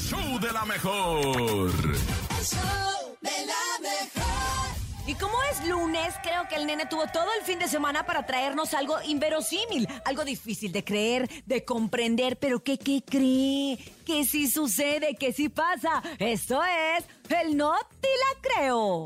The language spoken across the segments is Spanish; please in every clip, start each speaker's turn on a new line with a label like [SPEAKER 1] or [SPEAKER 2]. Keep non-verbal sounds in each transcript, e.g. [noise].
[SPEAKER 1] show de la mejor.
[SPEAKER 2] Y como es lunes, creo que el nene tuvo todo el fin de semana para traernos algo inverosímil, algo difícil de creer, de comprender, pero que qué cree, que sí sucede, que sí pasa. Esto es el no te la creo.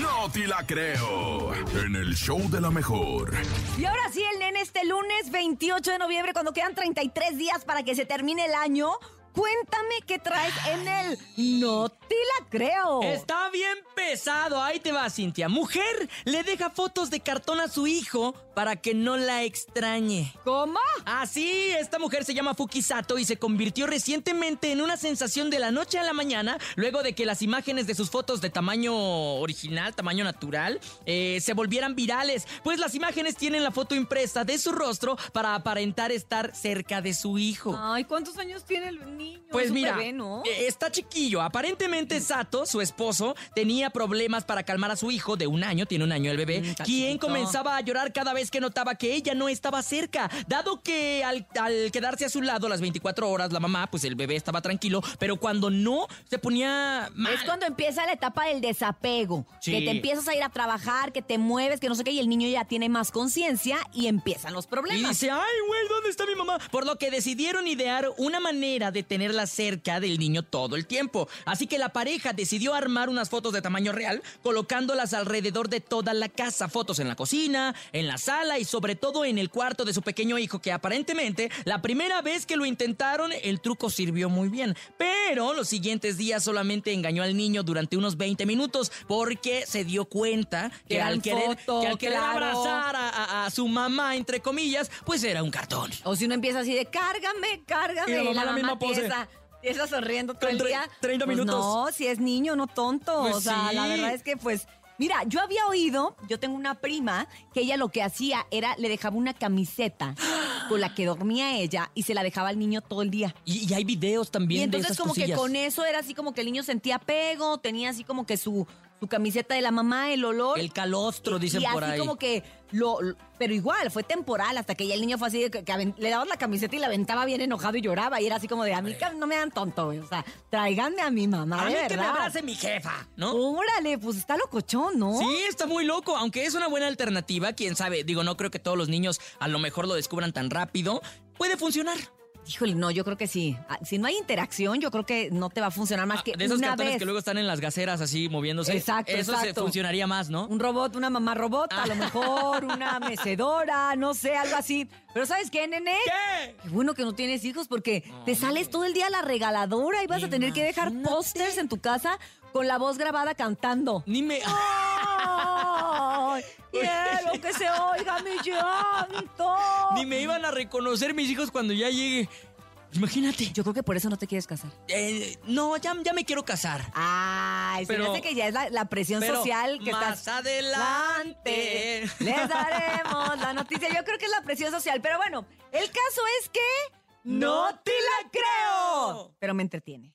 [SPEAKER 1] No te la creo. En el show de la mejor.
[SPEAKER 2] Y ahora sí, el nene este lunes 28 de noviembre, cuando quedan 33 días para que se termine el año, cuéntame qué traes en el no te la creo.
[SPEAKER 3] Está bien pesado, ahí te va Cintia. Mujer le deja fotos de cartón a su hijo para que no la extrañe.
[SPEAKER 2] ¿Cómo?
[SPEAKER 3] Así, esta mujer se llama Fukisato y se convirtió recientemente en una sensación de la noche a la mañana, luego de que las imágenes de sus fotos de tamaño original, tamaño natural, eh, se volvieran virales. Pues las imágenes tienen la foto impresa de su rostro para aparentar estar cerca de su hijo.
[SPEAKER 2] Ay, ¿cuántos años tiene el niño?
[SPEAKER 3] Pues
[SPEAKER 2] Es un
[SPEAKER 3] mira,
[SPEAKER 2] bebé, ¿no?
[SPEAKER 3] eh, está chiquillo. Aparentemente Sato, su esposo, tenía problemas para calmar a su hijo de un año, tiene un año el bebé,
[SPEAKER 2] Mm, está
[SPEAKER 3] quien
[SPEAKER 2] chiquito.
[SPEAKER 3] comenzaba a llorar cada vez que notaba que ella no estaba cerca. Dado que al, al quedarse a su lado las 24 horas la mamá, pues el bebé estaba tranquilo, pero cuando no, se ponía mal.
[SPEAKER 2] Es cuando empieza la etapa del desapego,
[SPEAKER 3] Sí.
[SPEAKER 2] que te empiezas a ir a trabajar, que te mueves, que no sé qué, y el niño ya tiene más conciencia y empiezan los
[SPEAKER 3] Y
[SPEAKER 2] problemas.
[SPEAKER 3] dice, ay, güey, ¿dónde está mi mamá? Por lo que decidieron idear una manera de tenerla cerca del niño todo el tiempo. Así que la pareja decidió armar unas fotos de tamaño real, colocándolas alrededor de toda la casa. Fotos en la cocina, en la sala y sobre todo en el cuarto de su pequeño hijo, que aparentemente la primera vez que lo intentaron, el truco sirvió muy bien. Pero los siguientes días solamente engañó al niño durante unos 20 minutos porque se dio cuenta que,
[SPEAKER 2] Que
[SPEAKER 3] al
[SPEAKER 2] eran
[SPEAKER 3] querer,
[SPEAKER 2] fotos,
[SPEAKER 3] que al querer
[SPEAKER 2] claro.
[SPEAKER 3] abrazar a, a- a su mamá, entre comillas, pues era un cartón.
[SPEAKER 2] O si uno empieza así de cárgame, cárgame,
[SPEAKER 3] Y la mamá la misma pose.
[SPEAKER 2] Empieza, empieza sonriendo todo
[SPEAKER 3] Con
[SPEAKER 2] el
[SPEAKER 3] tre-
[SPEAKER 2] día.
[SPEAKER 3] 30
[SPEAKER 2] Pues
[SPEAKER 3] minutos.
[SPEAKER 2] no, si es niño, no tonto.
[SPEAKER 3] Pues
[SPEAKER 2] o sea, la
[SPEAKER 3] sí.
[SPEAKER 2] verdad es que pues. Mira, yo había oído, yo tengo una prima, que ella lo que hacía era le dejaba una camiseta con la que dormía ella y se la dejaba al niño todo el día.
[SPEAKER 3] Y, y hay videos también
[SPEAKER 2] Y
[SPEAKER 3] de
[SPEAKER 2] entonces
[SPEAKER 3] esas
[SPEAKER 2] como
[SPEAKER 3] cosillas.
[SPEAKER 2] que con eso era así como que el niño sentía apego, tenía así como que su, su camiseta de la mamá, el olor.
[SPEAKER 3] El calostro, dicen
[SPEAKER 2] y así
[SPEAKER 3] por ahí.
[SPEAKER 2] como que lo, lo- pero igual, fue temporal, hasta que ya el niño fue así, de que, que aven- le daban la camiseta y la aventaba bien enojado y lloraba. Y era así como de, a mí que no me dan tonto, güey, O sea, tráiganme a mi mamá,
[SPEAKER 3] A
[SPEAKER 2] de
[SPEAKER 3] mí
[SPEAKER 2] verdad.
[SPEAKER 3] que me abrace mi jefa, ¿no?
[SPEAKER 2] Órale, pues está locochón, ¿no?
[SPEAKER 3] Sí, está muy loco, aunque es una buena alternativa, quién sabe. Digo, no creo que todos los niños a lo mejor lo descubran tan rápido. Puede funcionar.
[SPEAKER 2] Híjole, no, yo creo que sí. Ah, Si no hay interacción, yo creo que no te va a funcionar más
[SPEAKER 3] Ah,
[SPEAKER 2] que
[SPEAKER 3] de esos
[SPEAKER 2] una
[SPEAKER 3] cartones
[SPEAKER 2] vez.
[SPEAKER 3] que luego están en las gaceras así moviéndose.
[SPEAKER 2] Exacto,
[SPEAKER 3] Eso se
[SPEAKER 2] exacto.
[SPEAKER 3] funcionaría más, ¿no?
[SPEAKER 2] Un robot, una mamá robot, a lo mejor, [laughs] una mecedora, no sé, algo así. Pero ¿sabes qué, Ah, nene?
[SPEAKER 3] ¿Qué?
[SPEAKER 2] Qué bueno que no tienes hijos porque te sales todo el día a la regaladora y vas a tener que dejar
[SPEAKER 3] Imagínate.
[SPEAKER 2] pósters en tu casa con la voz grabada cantando. [laughs]
[SPEAKER 3] Ni me.
[SPEAKER 2] ¡Ay! quiero que se oiga mi llanto.
[SPEAKER 3] [laughs] Ni me iban a reconocer mis hijos cuando ya llegue. Imagínate.
[SPEAKER 2] Yo creo que por eso no te quieres casar.
[SPEAKER 3] Eh, no, ya, ya me quiero casar.
[SPEAKER 2] Ay,
[SPEAKER 3] Pero-
[SPEAKER 2] se me hace que Ah, ya es la, la presión
[SPEAKER 3] Pero
[SPEAKER 2] social que
[SPEAKER 3] más
[SPEAKER 2] estás.
[SPEAKER 3] adelante.
[SPEAKER 2] Les daremos la noticia. Yo creo que es la presión social. Pero bueno, el caso es que.
[SPEAKER 3] ¡No te la creo!
[SPEAKER 2] Pero me entretiene.